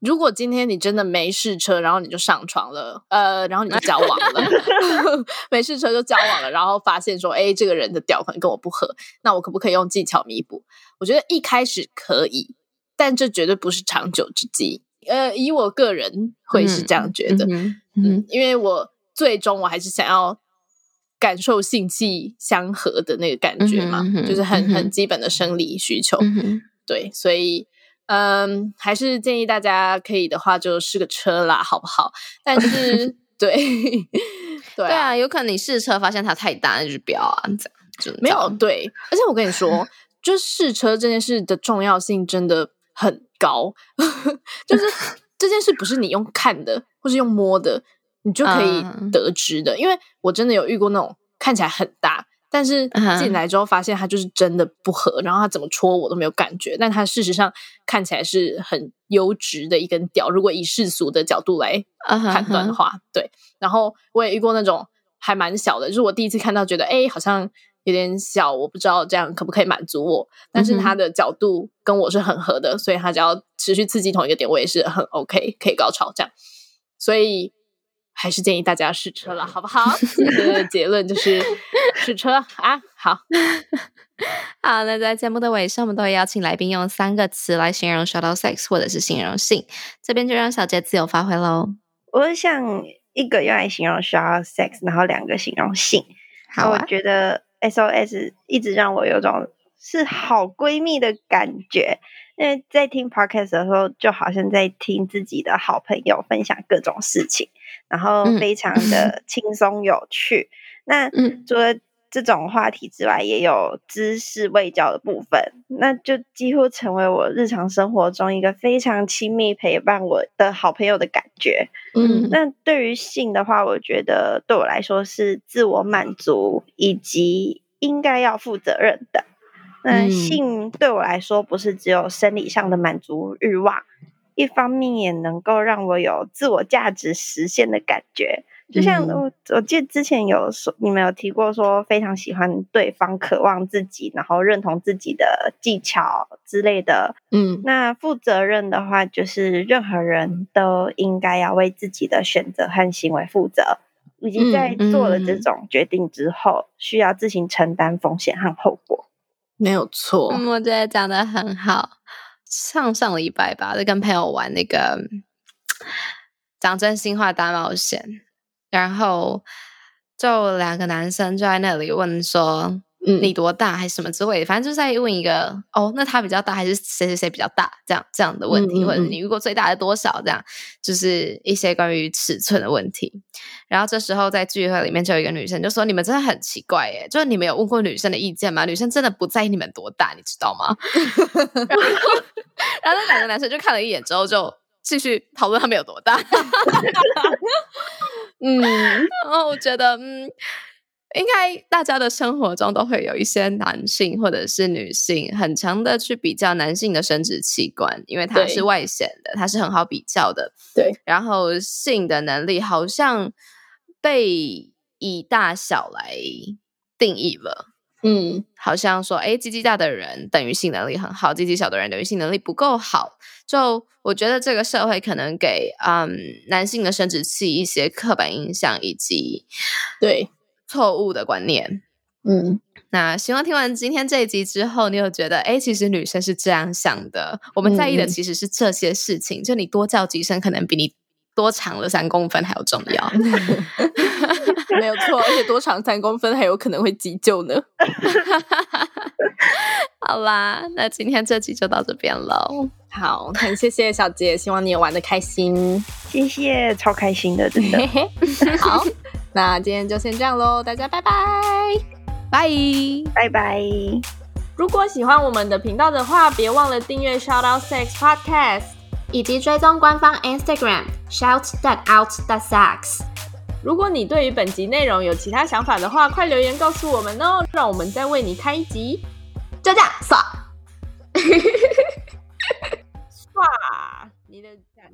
如果今天你真的没试车，然后你就上床了，呃，然后你就交往了， 没试车就交往了，然后发现说，哎，这个人的屌可能跟我不合，那我可不可以用技巧弥补？我觉得一开始可以，但这绝对不是长久之计。呃，以我个人会是这样觉得，嗯嗯，因为我最终我还是想要感受性气相合的那个感觉嘛，嗯哼嗯哼就是很、嗯哼很基本的生理需求。嗯哼，对，所以嗯，还是建议大家可以的话就试个车啦，好不好？但是 对对对啊，有可能你试车发现它太大，那就不要啊，这样就没有对，而且我跟你说， 就是试车这件事的重要性真的很高， 就是这件事不是你用看的或是用摸的，你就可以嗯得知的。因为我真的有遇过那种看起来很大，但是嗯哼进来之后发现它就是真的不合，然后它怎么戳我都没有感觉，但它事实上看起来是很优质的一根屌。如果以世俗的角度来判判断的话，对。然后我也遇过那种还蛮小的，就是我第一次看到觉得，哎，好像有点小，我不知道这样可不可以满足我。但是他的角度跟我是很合的，所以他只要持续刺激同一个点，我也是很 OK，可以高潮这样。所以还是建议大家试车了，好不好？这个结论 就是试车啊，好。好，那在节目的尾声，我们都会邀请来宾用三个词来形容 shadow sex 或者是形容性，这边就让小杰自由发挥喽。我想一个用来形容 s h o sex，然后两个形容性。好我啊，觉得 SOS 一直让我有种是好闺蜜的感觉，因为在听 podcast 的时候，就好像在听自己的好朋友分享各种事情，然后嗯非常 的轻松有趣。那嗯除了这种话题之外，也有知识卫教的部分，那就几乎成为我日常生活中一个非常亲密陪伴我的好朋友的感觉。嗯那对于性的话，我觉得对我来说是自我满足以及应该要负责任的。那嗯性对我来说不是只有生理上的满足欲望，一方面也能够让我有自我价值实现的感觉。就像嗯我，我记得之前有说，你们有提过说非常喜欢对方、渴望自己，然后认同自己的技巧之类的嗯那负责任的话，就是任何人都应该要为自己的选择和行为负责，以及在做了这种决定之后，需要自行承担风险和后果。没有错。嗯，我觉得讲的很好。上上礼拜吧，在跟朋友玩那个嗯讲真心话大冒险，然后就两个男生就在那里问说。嗯你多大还是什么之类的，反正就是在问一个哦，那他比较大还是谁谁谁比较大这样这样的问题，嗯嗯或者嗯你遇过最大的多少这样，就是一些关于尺寸的问题。然后这时候在聚会里面就有一个女生就说：“你们真的很奇怪耶，就是你们有问过女生的意见吗？女生真的不在意你们多大，你知道吗？” 然后，然后那两个男生就看了一眼之后就。继续讨论他们有多大，嗯，然后我觉得，嗯，应该大家的生活中都会有一些男性或者是女性很强的去比较男性的生殖器官，因为它对是外显的，它是很好比较的。对，然后性的能力好像被以大小来定义了。嗯，好像说，哎，鸡鸡大的人等于性能力很好，鸡鸡小的人等于性能力不够好。就我觉得这个社会可能给嗯男性的生殖器一些刻板印象以及对，错误的观念。嗯，那希望听完今天这一集之后，你有觉得，哎，其实女生是这样想的，我们在意的嗯嗯其实是这些事情。就你多叫几声，可能比你多长了三公分还要重要。没有错，而且多长三公分还有可能会急救呢。 好啦，那今天这集就到这边喽。好，很谢谢小杰，希望你也玩的开心。谢谢，超开心的，真的。好，那今天就先这样喽，大家拜拜。拜。拜拜。如果喜欢我们的频道的话，别忘了订阅 Shout Out Sex Podcast。以及追踪官方 Instagram shout that out that sucks。如果你对于本集内容有其他想法的话，快留言告诉我们哦，让我们再为你开一集。就这样，啊唰，唰，你的感